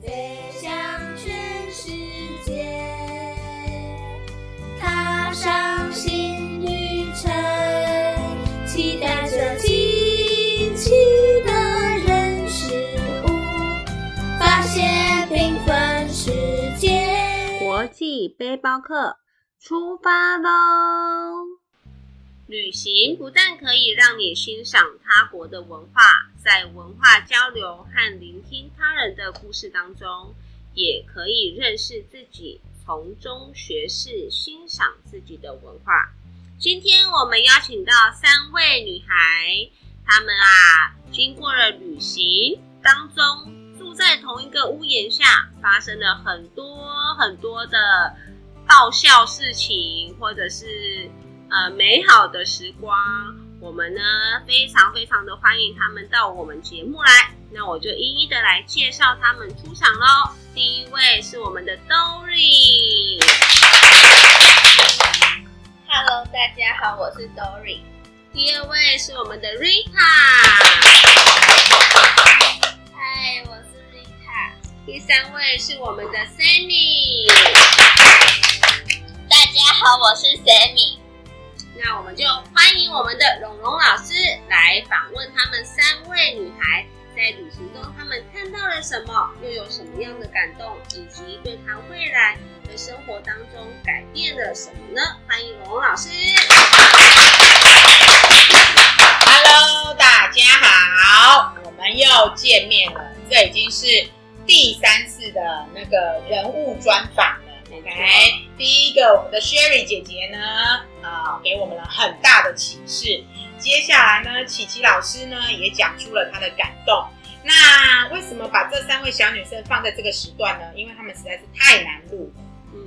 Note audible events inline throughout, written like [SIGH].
飞向全世界，踏上新旅程，期待着惊奇的人事物，发现缤纷世界。国际背包客出发喽！旅行不但可以让你欣赏他国的文化，在文化交流和聆听他人的故事当中，也可以认识自己，从中学识欣赏自己的文化。今天我们邀请到三位女孩，她们啊，经过了旅行当中，住在同一个屋檐下，发生了很多很多的爆笑事情，或者是呃美好的时光。我们呢，非常非常的欢迎他们到我们节目来。那我就一一的来介绍他们出场喽。第一位是我们的 Dory， Hello，大家好，我是 Dory。第二位是我们的 Rita，嗨，我是 Rita。第三位是我们的 Sunny。大家好，我是 Sammy。那我们就欢迎我们的蓉蓉老师来访问他们三位女孩在旅行中他们看到了什么，又有什么样的感动，以及对她未来的生活当中改变了什么呢？欢迎蓉蓉老师。 Hello，大家好，我们又见面了，这已经是第三次的那个呃人物专访了。没 OK，第一个我们的 Sherry 姐姐呢，啊、给我们了很大的启示。接下来呢，琪琪老师呢也讲出了她的感动。那为什么把这三位小女生放在这个时段呢？因为她们实在是太难录了，嗯，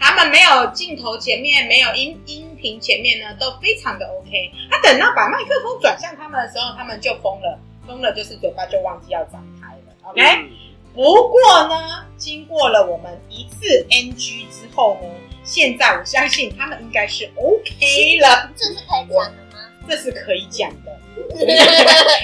她们没有镜头前面，没有音音频前面呢，都非常的 OK。那等到把麦克风转向她们的时候，她们就疯了，疯了就是嘴巴就忘记要张开了。OK，、不嗯过呢，经过了我们一次 NG 之后呢，现在我相信他们应该是 OK 了，这是可以讲的吗？这是可以讲 [LAUGHS] 的，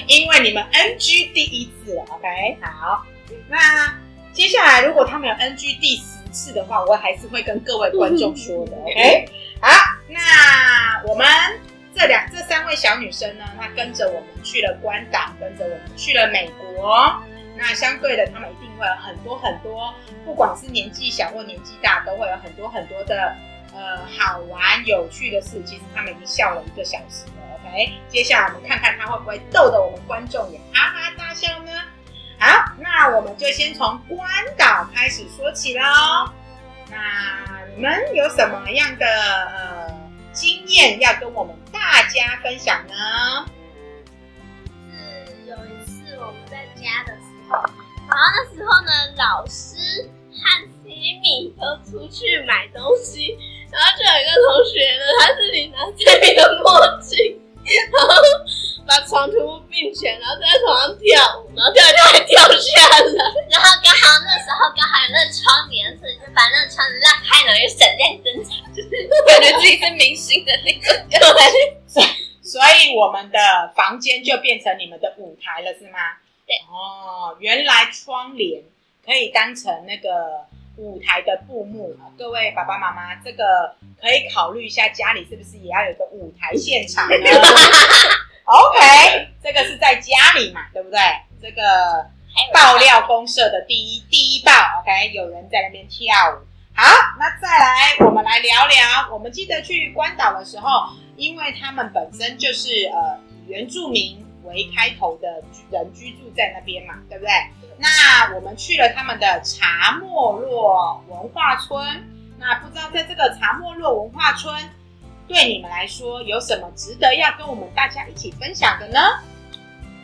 因为你们 NG 第一次了，OK？好，那接下来如果他们有 NG 第十次的话，我还是会跟各位观众说 [LAUGHS] 的，OK？好，那我们这两这三位小女生呢，她跟着我们去了关岛，跟着我们去了美国。那相对的，她们一定会有很多很多，不管是年纪小或年纪大，都会有很多很多的呃好玩有趣的事。其实她们已经笑了一个小时了，OK？接下来我们看看她会不会逗得我们观众也哈哈大笑呢？好，那我们就先从关岛开始说起喽。那你们有什么样的呃经验要跟我们大家分享呢？是有一次我们在家的时候，然后那时候呢，老师和 Sammy 都出去买东西，然后就有一个同学呢，他自己拿 Sammy 的墨镜，然后把床全部并全，然后在床上跳舞，然后跳一跳还掉下来，然后刚好那时候刚好有那窗帘，所以就把那窗帘拉开，然后有闪亮登场，就是感觉自己是明星的那种感觉。所以我们的房间就变成你们的舞台了，是吗？对。哦，原来窗帘可以当成那个舞台的布幕啊！各位爸爸妈妈，这个可以考虑一下，家里是不是也要有个舞台现场呢？OK，这个是在家里嘛，对不对？这个爆料公社的第一第一爆，OK，有人在那边跳舞。好，那再来，我们来聊聊。我们记得去关岛的时候，因为他们本身就是呃以原住民为开头的居人居住在那边嘛，对不对？那我们去了他们的茶莫洛文化村，那不知道在这个茶莫洛文化村，对你们来说有什么值得要跟我们大家一起分享的呢？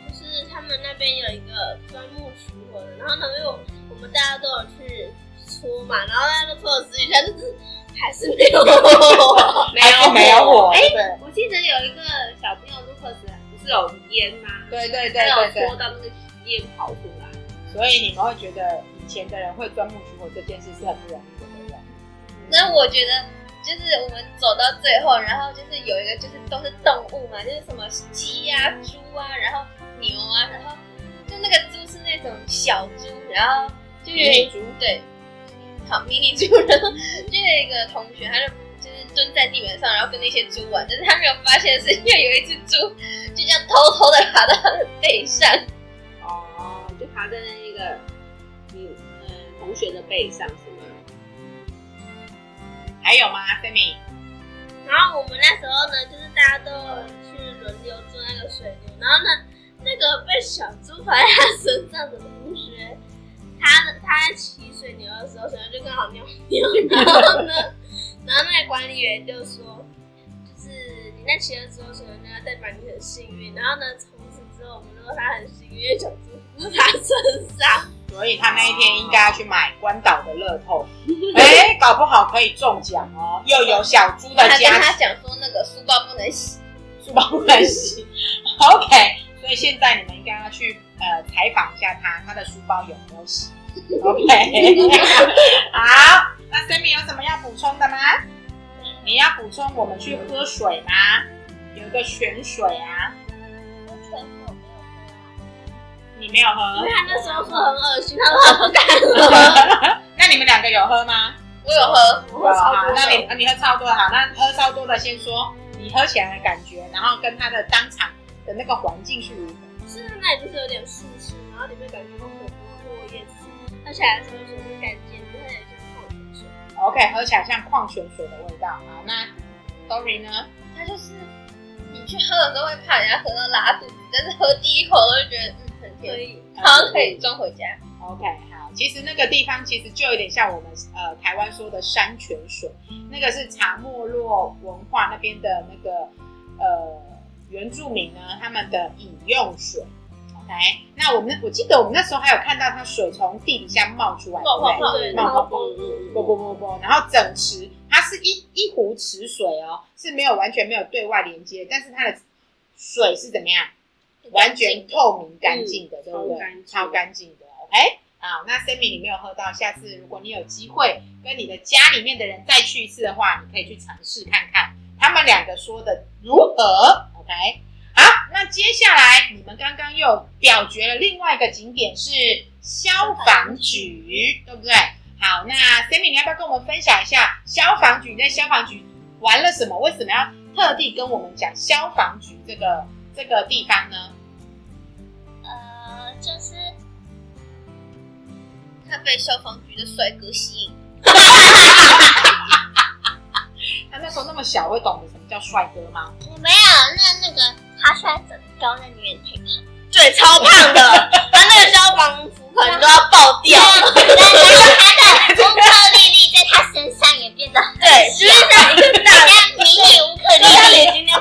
就是他们那边有一个钻木取火的，然后呢，因为我我们大家都有去搓嘛，然后大家都搓了十几下，就是 [LAUGHS] 还是没有。没有还是没有我，哎、对我记得有一个小朋友 Lucas 不是有烟吗？对对对他对有对戳，到那个烟跑出来。所以你们会觉得以前的人会钻木取火这件事是很不容易的，对不对？那我觉得就是我们走到最后，然后就是有一个就是都是动物嘛，就是什么鸡啊、猪啊，然后牛啊，然后就那个猪是那种小猪，然后就有迷一你猪对，好迷你猪，然后就有一个同学，他就就是蹲在地板上，然后跟那些猪玩，但是他没有发现的是，因为有一只猪就这样偷偷的爬到他的背上，哦，就爬在那个你呃同学的背上是吗？还有吗，Sammy？然后我们那时候呢，就是大家都有去轮流做那个水牛，然后呢，那个被小猪爬在他身上的同学，他呢他在骑水牛的时候，水牛就刚好尿尿，然后呢， [LAUGHS] 然后那个管理员就说，就是你在骑的时候，水牛尿代表你很幸运，然后呢，从此之后我们都说他很幸运，因为小猪不是他身上，所以他那一天应该要去买关岛的乐 [LAUGHS] 透，哎、搞不好可以中奖哦，又有小猪的还跟加 [LAUGHS] 他持，讲说那个书包不能洗。珠宝关系。OK，所以现在你们应该要去呃采访一下他，他的书包有没有洗？OK，好，那 Sammy 有什么要补充的吗？你要补充我们去喝水吗？有一个泉水啊，你没有因喝为，他那时候说很恶心，他说他不敢 [LAUGHS] 喝。那你们两个有喝吗？我有喝，我哇，喝超多的。那你啊那你喝超多的好，那喝超多的先说你喝起来的感觉，然后跟它的当场的那个环境是如何？是那里就是有点湿湿，然后里面感觉有很多落叶子，喝起来的时候就是感觉有点像矿泉水。 OK，喝起来像矿泉水的味道。好，那 Dory 呢？它就是你去喝的时候会怕人家喝到拉肚子，但是喝第一口就觉得嗯很甜，可以，好像可以装回家。 OK，好，其实那个地方其实就有点像我们呃台湾说的山泉水，那个是查莫洛文化那边的那个呃原住民呢他们的饮用水。OK，那我们我记得我们那时候还有看到它水从地底下冒出来，冒对不对对？冒冒泡泡泡，嗯不不不不，然后整池它是一一壶池水哦，是没有完全没有对外连接，但是它的水是怎么样？完全透明干净的，对不超对？干净超干净的，OK。好，那 Sammy 你没有喝到，下次如果你有机会跟你的家里面的人再去一次的话，你可以去尝试看看他们两个说的如何，OK。好，那接下来你们刚刚又表决了另外一个景点是消防局，对不对？好，那 Sammy 你要不要跟我们分享一下消防局？你在消防局玩了什么？为什么要特地跟我们讲消防局这个这个地方呢？呃，就是他被消防局的帅哥吸引，他那时候那么小，会懂得什么叫帅哥吗？没有，那那个他帅长高，那女人太胖，对，超胖的，他那个消防服可能都要爆掉。他的乌克丽丽在他身上也变得很对，就是像一个大像迷你乌克丽就是他丽。眼睛那样。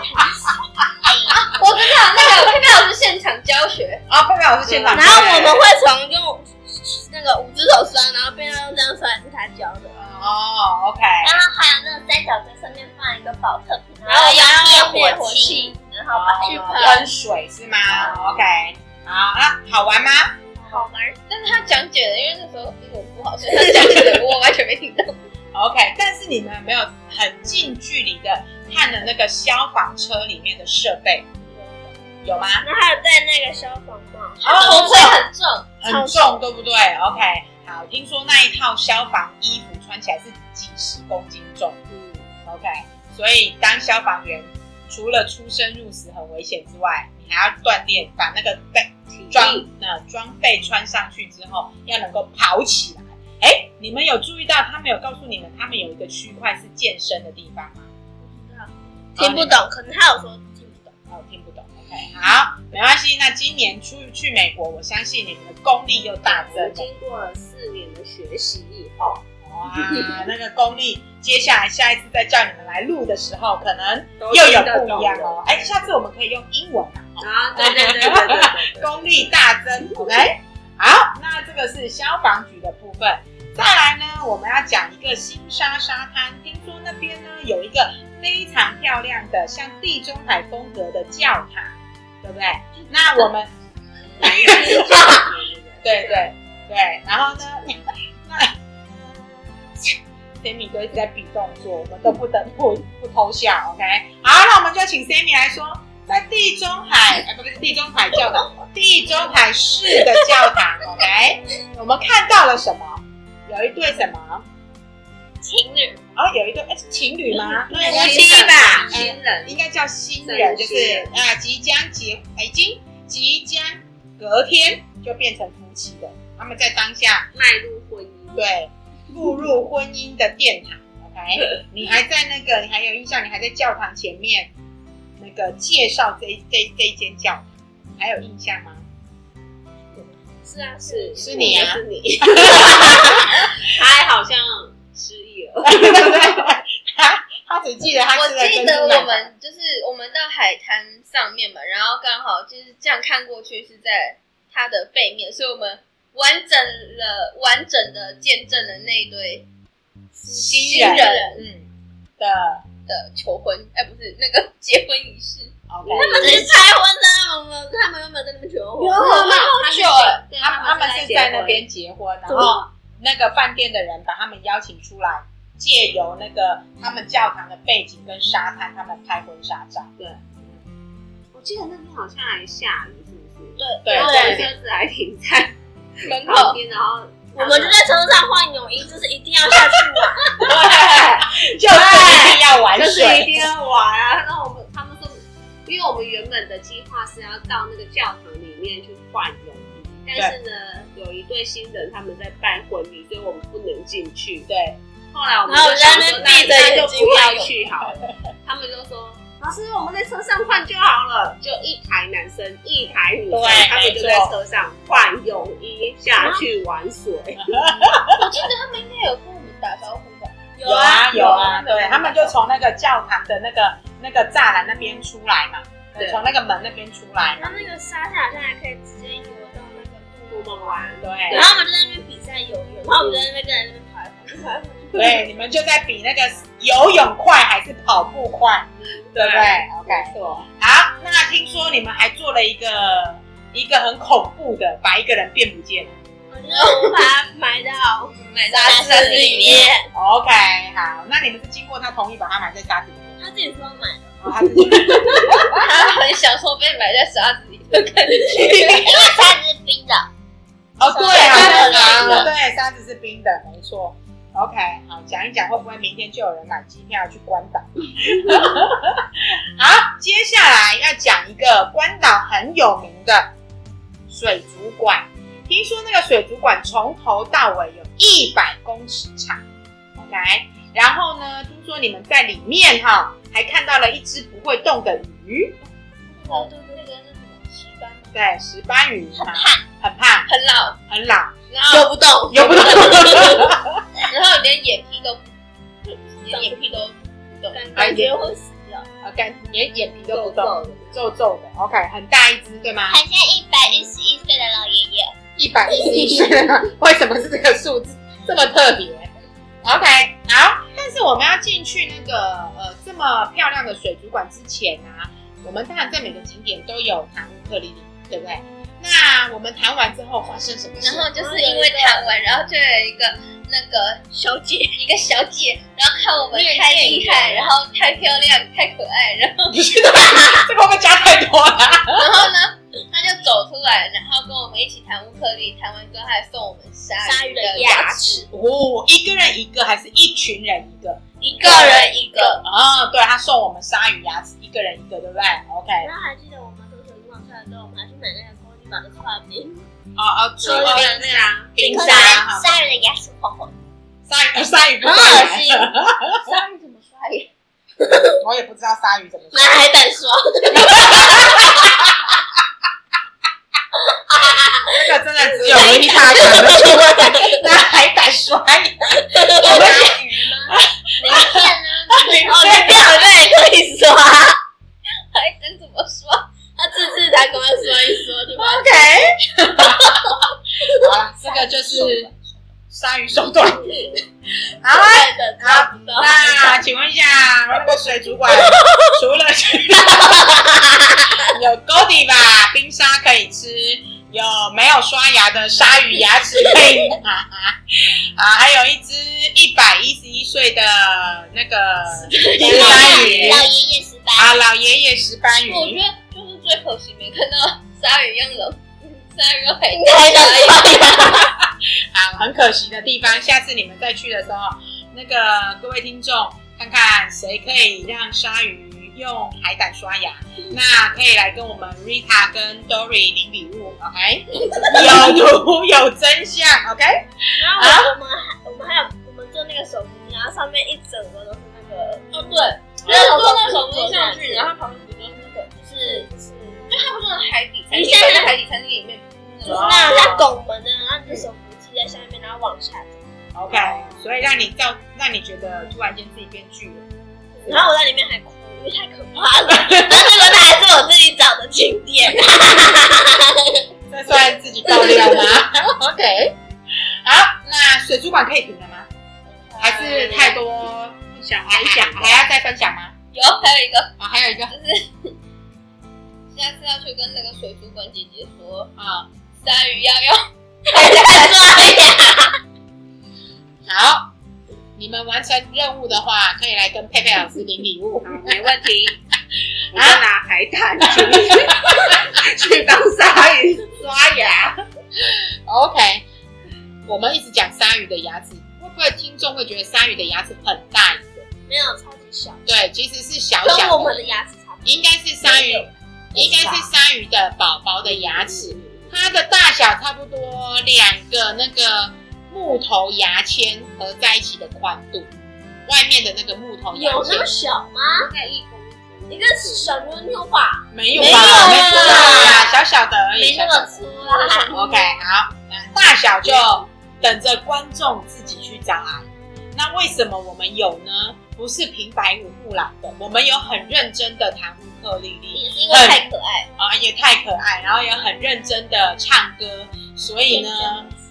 我知道那个佩佩老师现场教学，啊，佩佩老师现场，然后我们会从用那个五只手酸，然后被他用这样酸，是他教的。哦，OK，然后还有那个三角锥上面放一个保特瓶，然后用灭灭火火器器，然后把它去哦喷喷水是吗？OK，好，那好玩吗？好玩。但是他讲解的，因为那时候英文不好，所以他讲解的我完全没听到。 OK，但是你们没有很近距离的看了那个消防车里面的设备，有吗？然后还有戴那个消防帽，哦头盔很重，很重，对不对？OK，好，听说那一套消防衣服穿起来是几十公斤重嗯， ，OK，所以当消防员除了出生入死很危险之外，你还要锻炼把那个备体装力那装备穿上去之后，要能够跑起来。哎，你们有注意到他们有告诉你们，他们有一个区块是健身的地方吗？听不懂，可能他有说听不懂。哦，听不懂。OK，好，没关系。那今年出去美国，我相信你们的功力又大增我了。经过了四年的学习以后，嗯哇，那个功力，接下来下一次再叫你们来录的时候，可能都又听有得不懂一样了哦。哎，下次我们可以用英文啊，哦啊，对对对对对对对功力大增。OK，好，那这个是消防局的部分。再来呢，我们要讲一个新沙沙滩，听说那边呢有一个非常漂亮的，像地中海风格的教堂，对不对？那我们对对对。对对对，然后呢， [LAUGHS] 那 Sammy 都一直在比动作，我们都不得不不偷笑，OK？好，那我们就请 Sammy 来说，在地中海， [LAUGHS] 啊，不是地中海教堂， [LAUGHS] 地中海市的教堂，OK，我 [LAUGHS] 们看到了什么？有一对什么？情侣哦，有一对，哎，是情侣吗？夫夫妻妻吧，嗯新人，应该叫新人，就是啊，即将结，哎已经即将隔天就变成夫妻的，他们在当下迈入婚姻，对步入婚姻的殿堂。OK，你 [LAUGHS] 还在那个，你还有印象，你还在教堂前面那个介绍这这这一间教堂，还有印 [LAUGHS] 象吗？是啊是是你啊是你，他还好像失忆了，他他只记得他吃了我记珍得珠奶我茶，们就是我们到海滩上面嘛，然后刚好就是这样看过去是在它的背面，所以我们完整了完整的见证了那一对新人嗯的的求婚，哎，不是那个结婚仪式。 OK，他们是拆婚的，他们有他们有没有在那边求婚？有好久了对他他们在是结婚在那边结婚，然怎么后那个饭店的人把他们邀请出来，借由那个他们教堂的背景跟沙滩，他们拍婚纱照。我记得那天好像还下雨，是不是？对然后对车子还停在门旁口，边，然后我们就在车上换泳衣，就是一定要下去玩。对， [LAUGHS] 就是一定要玩就是一水。定要玩啊！然后我们他们说，因为我们原本的计划是要到那个教堂里面去换泳衣，但是呢，有一对新人他们在办婚礼，所以我们不能进去。对，后来我们然后就我想在那说，边那闭着那眼就睛不换要泳去好 [LAUGHS] 了。他们就说。老师，我们在车上换就好了，就一排男生，一排女生对，他们就没在错车上换泳衣下去玩水。嗯我记得他们应该有跟我们打招呼吧？有有啊有啊，有对他们就从那个教堂的那个那个栅栏那边出来嘛，对从那个门那边出来他嘛，那个沙滩好像还可以直接游到那个我们玩，对然。后我们就在那边比赛游泳，然后我们在那边跟人在那边跑来跑去，跑来跑去。对，你们就在比那个游泳快还是跑步快，对不对？OK，没错，好，那听说你们还做了一个一个很恐怖的，把一个人变不见了。我觉得无法埋到埋到沙沙子子里里面面。 OK，好，那你们是经过他同意把他埋在沙子里面，他自己说埋，然后他自己 [LAUGHS] 他很享受被埋在沙子里的感觉。因为它是冰的，哦，对啊，沙子是冰的对，沙子是冰的，没错。OK，好，讲一讲会不会明天就有人买机票去关岛？ [LAUGHS] 好，接下来要讲一个关岛很有名的水族馆。听说那个水族馆从头到尾有一百公尺长，OK。然后呢，听说你们在里面哈、还看到了一只不会动的鱼，哦对对对，那个是什么石斑吗？对，石斑鱼嘛，很胖，很老，很老，然后游不动游不动。然后连眼皮都，连眼皮都不动，感觉会死掉。呃，感连眼皮都够不动，够的。皱皱的。OK，很大一只，对吗？很像一百一十一岁的老爷爷。一百一十一 [LAUGHS] 岁了，为什么是这个数字这么特别？OK，好，但是我们要进去那个呃这么漂亮的水族馆之前啊，我们当然在每个景点都有弹乌克丽丽，对不对？那我们弹完之后发生什么事？哎然后就是因为谈完，然后就有一个那个小姐， [LAUGHS] 一个小姐，然后看我们太厉害，然后太漂亮，太可爱，然后 [LAUGHS] 不是的， [LAUGHS] 这个我们加太多了。 [LAUGHS] 然后呢，她就走出来，然后跟我们一起弹乌克丽，弹完之后她还送我们鲨鲨鱼鱼的的牙牙齿，哦，一个人一个还是一群人一个？一个人一个。啊、对，他送我们鲨鱼牙齿，一个人一个，对不对？OK，然后还记得我们从水族馆出来之后，我们还去买那个公鸡堡的刨冰， [LAUGHS] 哦哦，猪说哦的那样，冰可沙能哈，鲨鱼的牙齿黄黄的，鲨鱼呃鲨鱼不很敢恶 [LAUGHS] 心。鲨鱼怎么刷牙？我也不知道鲨鱼怎么拿海胆刷，这个真的只有维他讲的出来，那还敢刷牙？ [LAUGHS] 我们哦鲨啊 [LAUGHS] 鱼吗？鳞片呢？零哦，鳞岁片好像也可以刷。海胆怎么刷？她自制她刚刚说一说， [LAUGHS] 对吧？ ，OK。好了，这个就是鲨鱼手 [LAUGHS] 段。好啊了，爱的抓不到。那请问一下，那个水主 [LAUGHS] 管除了有 Goldie 吧，冰沙可以吃，有没有刷牙的鲨鱼牙齿被拿啊，还有一只一百一十一岁的那个石斑鱼老爷爷十八，啊，老爷爷石斑鱼，我觉得就是最可惜没看到鲨鱼样的鲨鱼海还带。啊，很可惜的地方。下次你们再去的时候，那个各位听众，看看谁可以让鲨鱼用海胆刷牙，那可以来跟我们 Rita 跟 Dory 领礼物，OK？有图有真相，OK？然后我我们还我们还有我们做那个手扶梯，然后上面一整个都是那个哦对，然后坐那手扶梯上去，然后旁边不就是那个就是就是就它不是海底餐厅，你现在在海底餐厅里面就是哦那种像拱门的，然后你的手扶梯在下面，然后往下走， OK，所以让你造，让你觉得突然间自己变巨人。然后我在里面还哭，因为太可怕了。但这个还是我自己找的景点，这算自己爆料吗？OK，好，那水族馆可以停了吗？还是太多想还想还要再分享吗？有还有一个啊，还有一个下次要去跟那个水族馆姐姐说，啊、鲨鱼要用好，你们完成任务的话，可以来跟佩佩老师领礼物。没问题。我要拿海胆去去帮鲨鱼刷牙。OK，我们一直讲鲨鱼的牙齿，会不会听众会觉得鲨鱼的牙齿很大一个？没有超级小，对，其实是小跟小我的们，的牙齿差不多。应该是鲨鱼，应该是鲨鱼的宝宝的牙齿，它的大小差不多两个那个木头牙签合在一起的宽度，外面的那个木头牙有签那么小吗？在一公斤，一个小妞妞吧，没有没吧？有啊没有啦，小小的而已。没那小小么的粗 [LAUGHS] 啊。 OK，好，那大小就等着观众自己去找啊。那为什么我们有呢？不是平白无故来的，我们有很认真的谈乌克丽丽也是因为太可爱，啊，也太可爱，然后也很认真的唱歌，所以呢，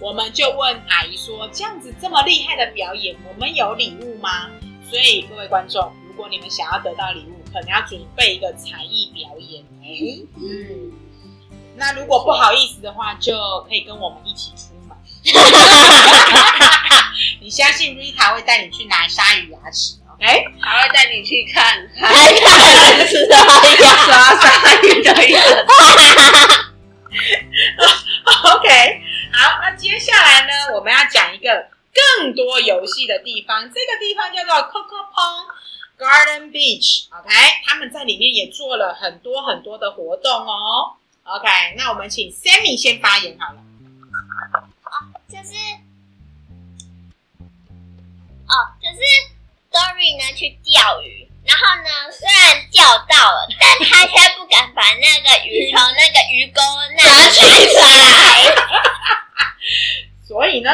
我们就问阿姨说，这样子这么厉害的表演，我们有礼物吗？所以各位观众，如果你们想要得到礼物，可能要准备一个才艺表演。哎，嗯，那如果不好意思的话，就可以跟我们一起出 [LAUGHS] 门。你相信 Rita 会带你去拿鲨鱼牙齿？OK，还会带你去看哎看刷鲨鱼的样子。 OK，好，那接下来呢，我们要讲一个更多游戏的地方，这个地方叫做 Coco Pond Garden Beach。OK，他们在里面也做了很多很多的活动哦。OK，那我们请 Sammy 先发言好了。就是哦，就是 Dory 呢去钓鱼，然后呢虽然钓到了，但他却不敢把那个鱼从那个鱼钩那拿取出来。所以呢，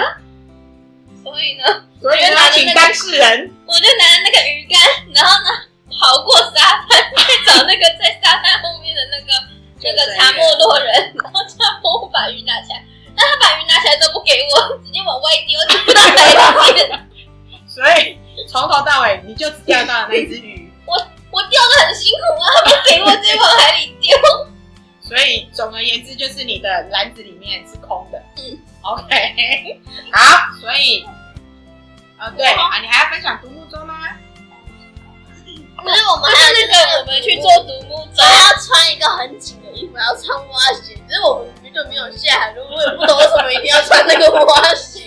所以呢，所以原呢来，的请那个当事人我就拿着那个鱼竿，然后呢跑过沙滩，去找那个在沙滩后面的那 [LAUGHS] 个那个查莫洛人， [LAUGHS] 然后叫我把鱼拿起来，但他把鱼拿起来都不给我，直接往外丢，就不拿来 [LAUGHS] 捡。所以从头到尾你就只钓到了那只鱼，我钓的很辛苦啊，他不给我，直接往海里丢。所以总而言之就是你的篮子里面是空的。OK，好， [LAUGHS] 所以，啊、对啊，你还要分享独木舟吗？可是我们还还有那有那个个我们去做独木舟，还要穿一个很紧的衣服，还要穿蛙鞋，只是我们就没有下海，我也不懂为什么一定要穿那个蛙鞋，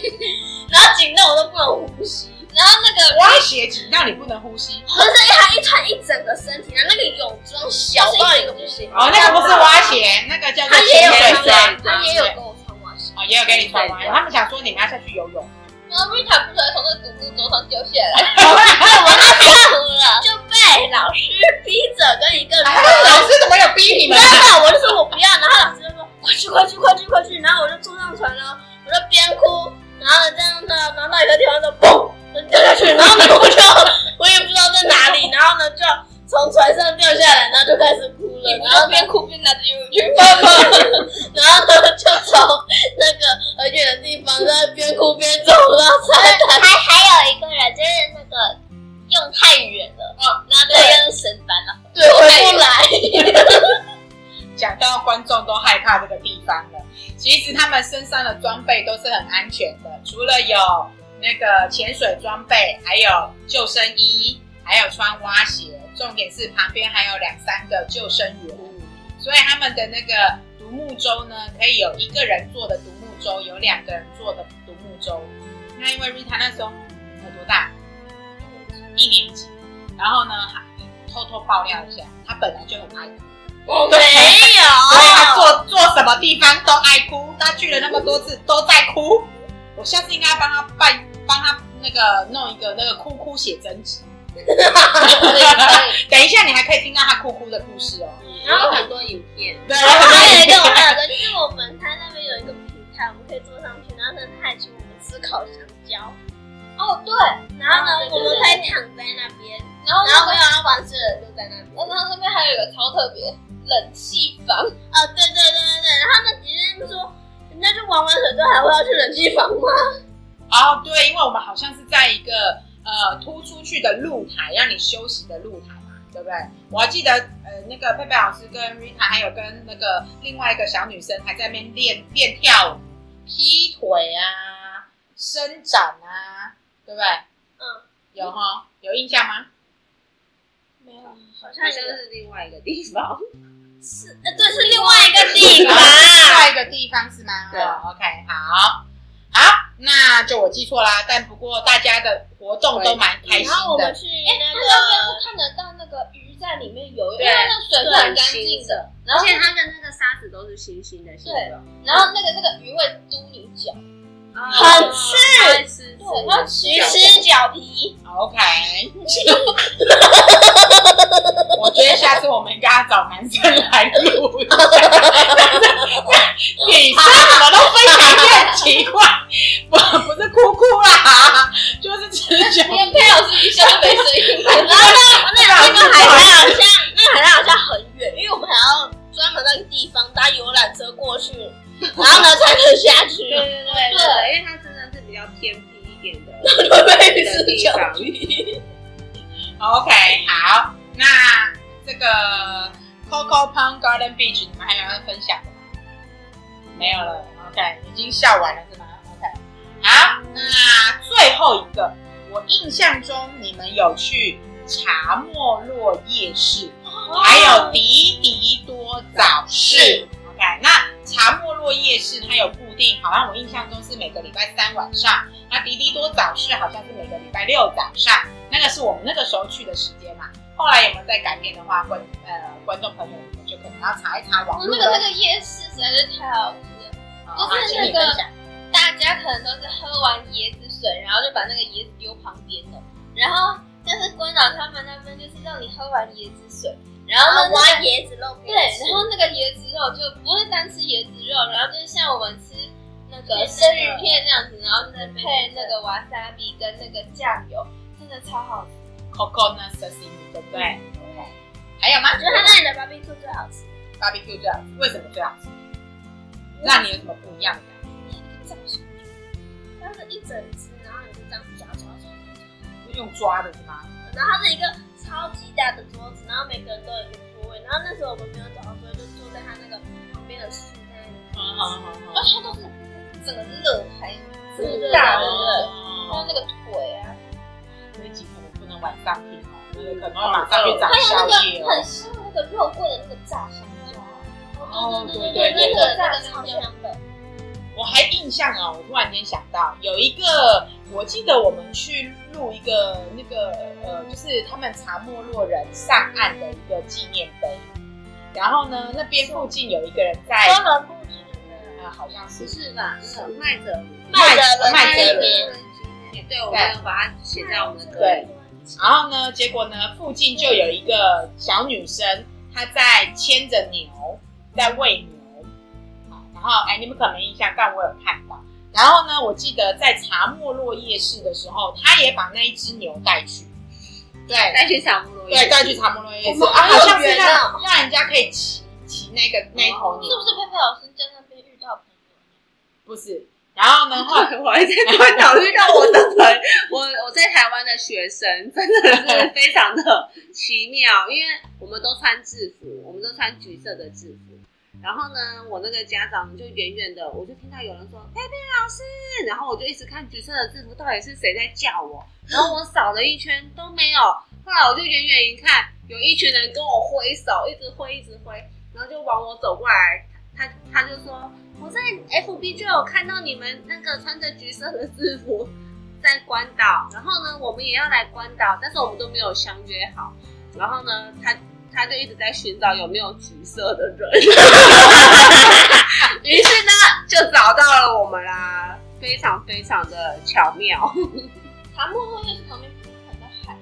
然后紧到我都不能呼吸。 [LAUGHS] 然后那个挖鞋紧到你不能呼吸。不是他一穿一整个身体，然后那个泳装小到一个不行。哦，那个不是挖鞋，那个叫做他也潜有水穿装蛙，他也有跟我穿蛙鞋。哦，也有给你穿蛙鞋。他们想说你们要下去游 [LAUGHS] 泳，然后瑞塔不小心从那个独木舟上掉下 [LAUGHS] 来，跳舞了，就被老师逼着跟一个啊 [LAUGHS] 老师怎么有逼你们？爸，我就说我不要，然后老师就说快去快去快去快去，然后我就坐上船了，我就边哭，然后这样的，然后到一个地方就嘣就掉下去，然后呢我就我也不知道在哪里，然后呢就从船上掉下来，然后就开始哭了，然然后后呢边哭边拿着游泳圈。 [LAUGHS] 然后呢就从那个很远的地方，然后边哭边走到沙滩，还还有一个人就是那个用太远了，嗯，然后对用绳绑了，对，回不来。讲到观众都害怕地方了。其实他们身上的装备都是很安全的，除了有那个潜水装备，还有救生衣，还有穿蛙鞋。重点是旁边还有两三个救生员，所以他们的那个独木舟呢，可以有一个人坐的独木舟，有两个人坐的独木舟。那因为 Rita 那时候才多大，一年级，然后呢，还偷偷爆料一下，他本来就很爱哭，我没有，所以他坐坐什么地方都爱哭，他去了那么多次都在哭。我下次应该帮他办，帮他那个弄一个那个哭哭写真集。等一下，你还可以听到他哭哭的故事哦。然后很多影片，对，还有一个，我还有一个，就是我们他那边有一个平台，我们可以坐上去，然后呢，他还请我们吃烤香蕉。哦，对，然后呢，我们可以躺在那边，然后然后没那个有要玩水的人就在那边。然后那边还有一个超特别冷气房，啊，对对对对对，然后呢，敌人就说，人家就玩完水之后还会要去冷气房吗？哦，对，因为我们好像是在一个呃突出去的露台，让你休息的露台嘛，对不对？我还记得呃，那个佩佩老师跟 Rita 还有跟那个另外一个小女生还在那边练练跳舞、劈腿啊、伸展啊，对不对？嗯，有哈，有印象吗？没有，好好像像是是另外一个地方。是，呃，对，是另外一个地 [LAUGHS] [LAUGHS] 方。啊另外一个地方是吗？对哦，OK，好，好，那就我记错啦，但不过大家的活动都蛮开心然后我们的，去那那个，边是看得到那个鱼在里面游泳，因对为那水是很干净的，然而后且它的那个沙子都是新新的，新的，然后那个那个鱼会嘟你脚，很刺吃，对，然后去其实吃脚皮， OK，我觉得下次我们应该要找男生来录一下。女生怎么都分享一些很奇怪，不不是哭哭啦，就是吃酒。连佩老师一下都没声音了。那个海滩好像，那个海滩好像很远，因为我们还要专门那个地方搭游览车过去，然后呢才能下去。对对对对对，因为它真的是比较偏僻一点的的地方。 OK，好，那这个 Coco Pond Garden Beach 你们还有要分享的吗？没有了，OK，已经笑完了是吗？OK，好，那最后一个，我印象中你们有去茶没落夜市，哦还有迪迪多早市是。 OK，那茶没落夜市它有固定，好像我印象中是每个礼拜三晚上，那迪迪多早市好像是每个礼拜六早上，那个是我们那个时候去的时间嘛。后来有没有再改变的话，观呃观众朋友你们就可能要查一查网我络哦那的。个那个夜市实在是太好吃了，哦就是请你那个分享大家可能都是喝完椰子水，然后就把那个椰子丢旁边的，然后但是关岛他们那边就是让你喝完椰子水，然后然呢后挖那个椰子肉给对，你吃然后那个椰子肉就不是单吃椰子肉，然后就是像我们吃那个生鱼片那样子，然后就是配那个瓦萨比跟那个酱油，真的超好吃。 coconut sashimi，对不对？OK，还有吗？我觉得他那里的 barbecue 最好吃。 barbecue 最好吃，为什么最好吃？让你有什么不一样的感觉？它是一整只，然后你就这样抓抓抓，是用抓的是吗？然后它是一个超级大的桌子，然后每个人都有一个座位，然后那时候我们没有找到座位，就坐在它那个旁边的树那里。嗯好好而且它都是整个热开，对对对大的热，还有哦，那个腿啊，这一集可能不能晚上听哦，那个可能要马上去找还有宵那夜个很哦。像那个肉桂的那个炸香蕉啊，哦，对对对对对对对，那个超香的，我还印象啊，我突然间想到有一个，我记得我们去录一个那个呃，就是他们查没落人上岸的一个纪念碑，然后呢，那边附近有一个人在专门布置的，啊，好像是不是吧？是麦哲伦。麦哲伦麦哲那伦。边。对，我们有把它写在我们的对然后呢，结果呢，附近就有一个小女生，她在牵着牛，在喂牛。啊，然后哎，你们可能没印象，但我有看到。然后呢，我记得在茶没落夜市的时候，她也把那一只牛带去，对带去小木罗对，带去茶没落夜市我们啊，好像好是有缘让让人家可以骑骑那个那一头牛是，不是佩佩老师在那边遇到朋友？不是。然后呢，后来我还在关岛遇到我的朋，我我在台湾的学生真的是非常的奇妙，因为我们都穿制服，我们都穿橘色的制服。然后呢，我那个家长就哎远远的，我就听到有人说“佩佩老师”，然后我就一直看橘色的字符到底是谁在叫我，然后我扫了一圈都没有，后来我就远远一看，有一群人跟我挥手，一直挥一直挥，然后就往我走过来，他他就说我在 FB 就有看到你们那个穿着橘色的制服在关岛，然后呢，我们也要来关岛，但是我们都没有相约好，然后呢，他他就一直在寻找有没有橘色的 [LAUGHS] 人，于是呢就找到了我们啦，非常非常的巧妙，塔木后面是旁边不是很多海，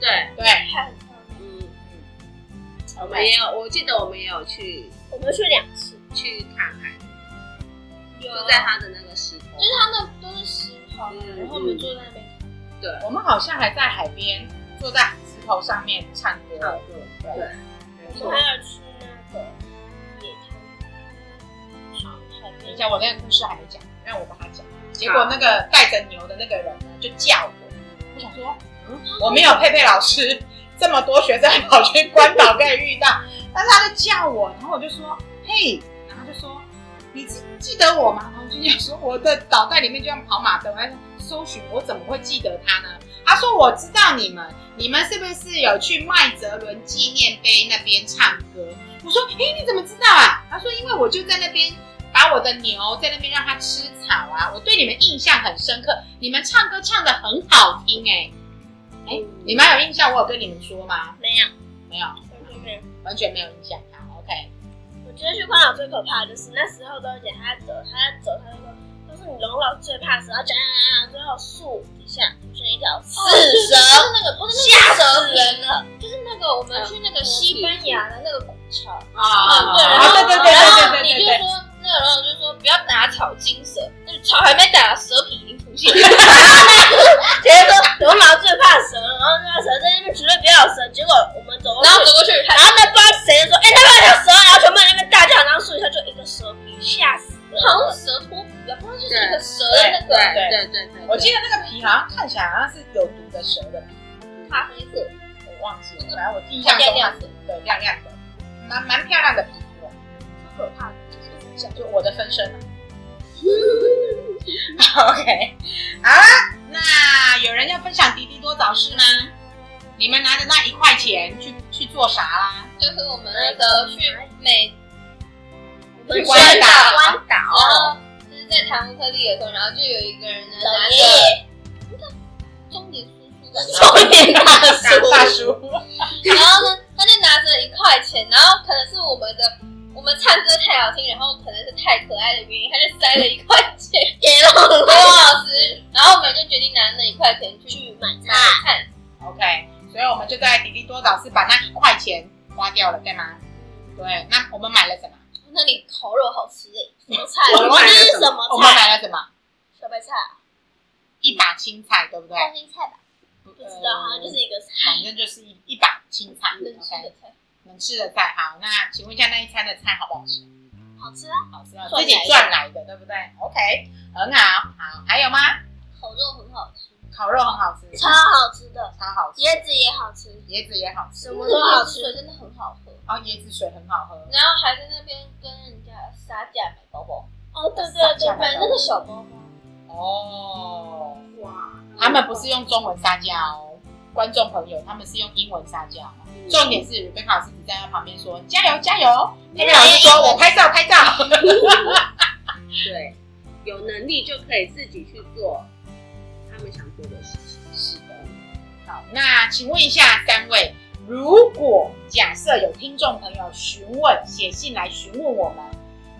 对，对，海很漂亮。嗯，我们也有，我记得我们也有去我们去两次，去看海，有就在他的那个石头，就是他们都是石头，嗯然后我们坐在那边。对，我们好像还在海边坐在石头上面唱歌，对对，没我错们。还有吃那个野汤，上海等一边下，我那个故事还没讲，让我帮他讲。结果那个带着牛的那个人呢，就叫我，我想说，嗯，我没有佩佩老师 [LAUGHS] 这么多学生跑去关岛可以遇到，但是他就叫我，然后我就说，嘿，然后他就说，你记记得我吗？然后我就想说，我的脑袋里面就像跑马灯，我在搜寻我怎么会记得他呢？他说我知道你们，你们是不是有去麦哲伦纪念碑那边唱歌？我说，哎、你怎么知道啊？他说，因为我就在那边把我的牛在那边让它吃草啊，我对你们印象很深刻，你们唱歌唱的很好听哎、哎、你们还有印象？我有跟你们说吗？没有，没有，完全没有。完全没有印象。好，OK，我觉得去关岛最可怕的就是那时候周姐她走，她走，她就说，都是你龙老最怕蛇，然后讲讲讲讲，最后树底下出现一条死蛇，那个不是吓死人了，就是那个我嗯们去那个西班牙的那个古桥，啊对，啊然后对对对然后对你对对就对，说那个，然后我就说不要打草惊蛇，那草还没打，蛇皮已经出 [LAUGHS] 现了。直接说龙老最怕蛇，然后那个蛇在那边绝对不要有蛇，结果我们走过去然，后走过去，然后那不知道谁就说，哎、那边有条蛇，然后全部人在那边大叫，然后树底下就一个蛇皮，吓死了。好像是蛇脱皮吧，好像就是一个蛇的那个对对对对，我记得那个皮好像看起来好像是有毒的蛇的皮，咖啡色，我忘记了，反正我印象中它是对亮亮的，蛮蛮漂亮的皮肤的，可怕的，就我的分身啊。OK，好啦，那有人要分享滴滴多早市吗？你们拿着那一块钱去去做啥啦？就是我们那个去美去去关岛关关岛，然后就是在谈乌克丽的时候，然后就有一个人呢拿爷着中年叔叔感觉，中年大叔，大叔，然后呢，他就拿着一块钱，然后可能是我们的我们唱歌太好听，然后可能是太可爱的原因，他就塞了一块 [LAUGHS] 钱给了我们老师，然后我们就决定拿那一块钱去去买买菜。菜， OK，所以我们就在迪迪多岛是把那一块钱花掉了，对吗？对，那我们买了什么？那里烤肉好吃诶，什么菜？我们买了是什么什我么们菜？买了什么？小白菜，一把青菜，对不对？空心菜吧，不不知道，好像就是一个菜。反正就是一一把青菜能吃，OK，的菜，能吃的菜。好，那请问一下那一餐的菜好不好吃？好吃啊！好吃啊，赚来的自己赚来的，对不对？OK，很好，好，还有吗？烤肉很好吃。烤肉很好吃，超好吃的，超好吃，椰子也好吃，椰子也好吃，什么都好吃水真的很好喝。哦，椰子水很好喝，然后还在那边跟人家杀价买包包，哦，对对对对对，买买那那个个小包包，哦，哇！他们不是用中文撒娇哦，观众朋友，他们是用英文撒娇。重点是跟老师只在他旁边说加油加油，那边老师说我拍照拍照。对，有能力就可以自己去做他们想做的事情。是的，好，那请问一下三位，如果假设有听众朋友询问写信来询问我们，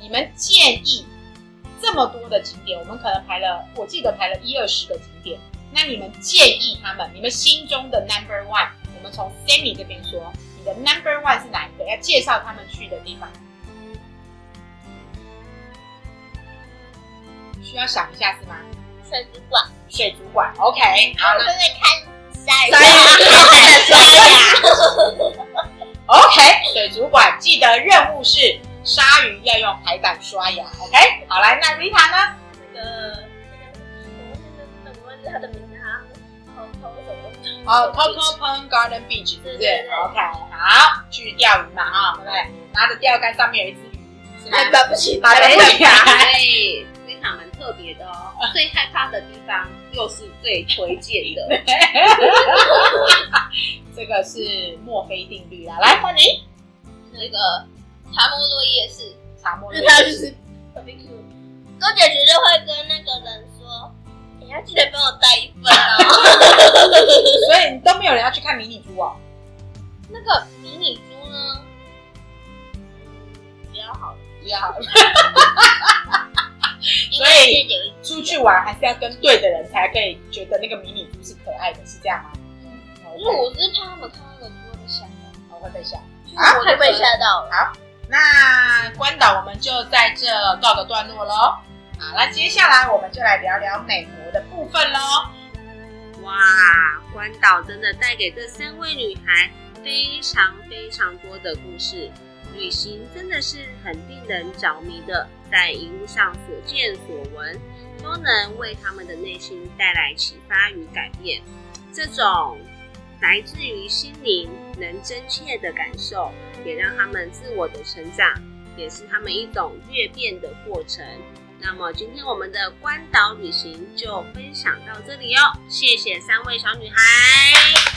你们建议这么多的景点，我们可能排了，我记得排了一二十个景点，那你们建议他们，你们心中的 number one，我们从 Sammy 这边说，你的 number one 是哪一个？要介绍他们去的地方。需要想一下是吗？水族馆，水族馆，OK，好了对。对，看鲨鱼，鲨鱼鲨鱼， OK，水族馆记得任务是鲨鱼要用海胆刷牙。OK，好来，那 Rita 呢？那个，那个，我忘记他的名字哈，头头什么？哦，Coco Pond Garden Beach 对不对对对对？OK，好，去钓鱼嘛啊，对不对？拿着钓竿，上面有一只鱼，是吗还？搬不起把来，雷打开。对，非常蛮特别的哦。最害怕的地方又是最推荐的。这个是墨菲定律啦，来换你。那个查莫洛夜市，查莫因洛为他就叶是周姐绝对会跟那个人说，你要记得帮我带一份哦。所以你都没有人要去看迷你猪哦。那个迷你猪呢？比较好，要因为有一点出去玩还是要跟对的人才可以觉得那个迷你猪是可爱的，是这样吗？嗯哦因为我是怕他们看那个猪会吓到，我会被吓。啊我就被吓到了。那关岛我们就在这告个段落喽。好，那接下来我们就来聊聊美国的部分喽。哇，关岛真的带给这三位女孩非常非常多的故事。旅行真的是很令人着迷的，在一路上所见所闻，都能为他们的内心带来启发与改变。这种来自于心灵能真切的感受，也让他们自我的成长，也是他们一种蜕变的过程。那么今天我们的关岛旅行就分享到这里哦，谢谢三位小女孩。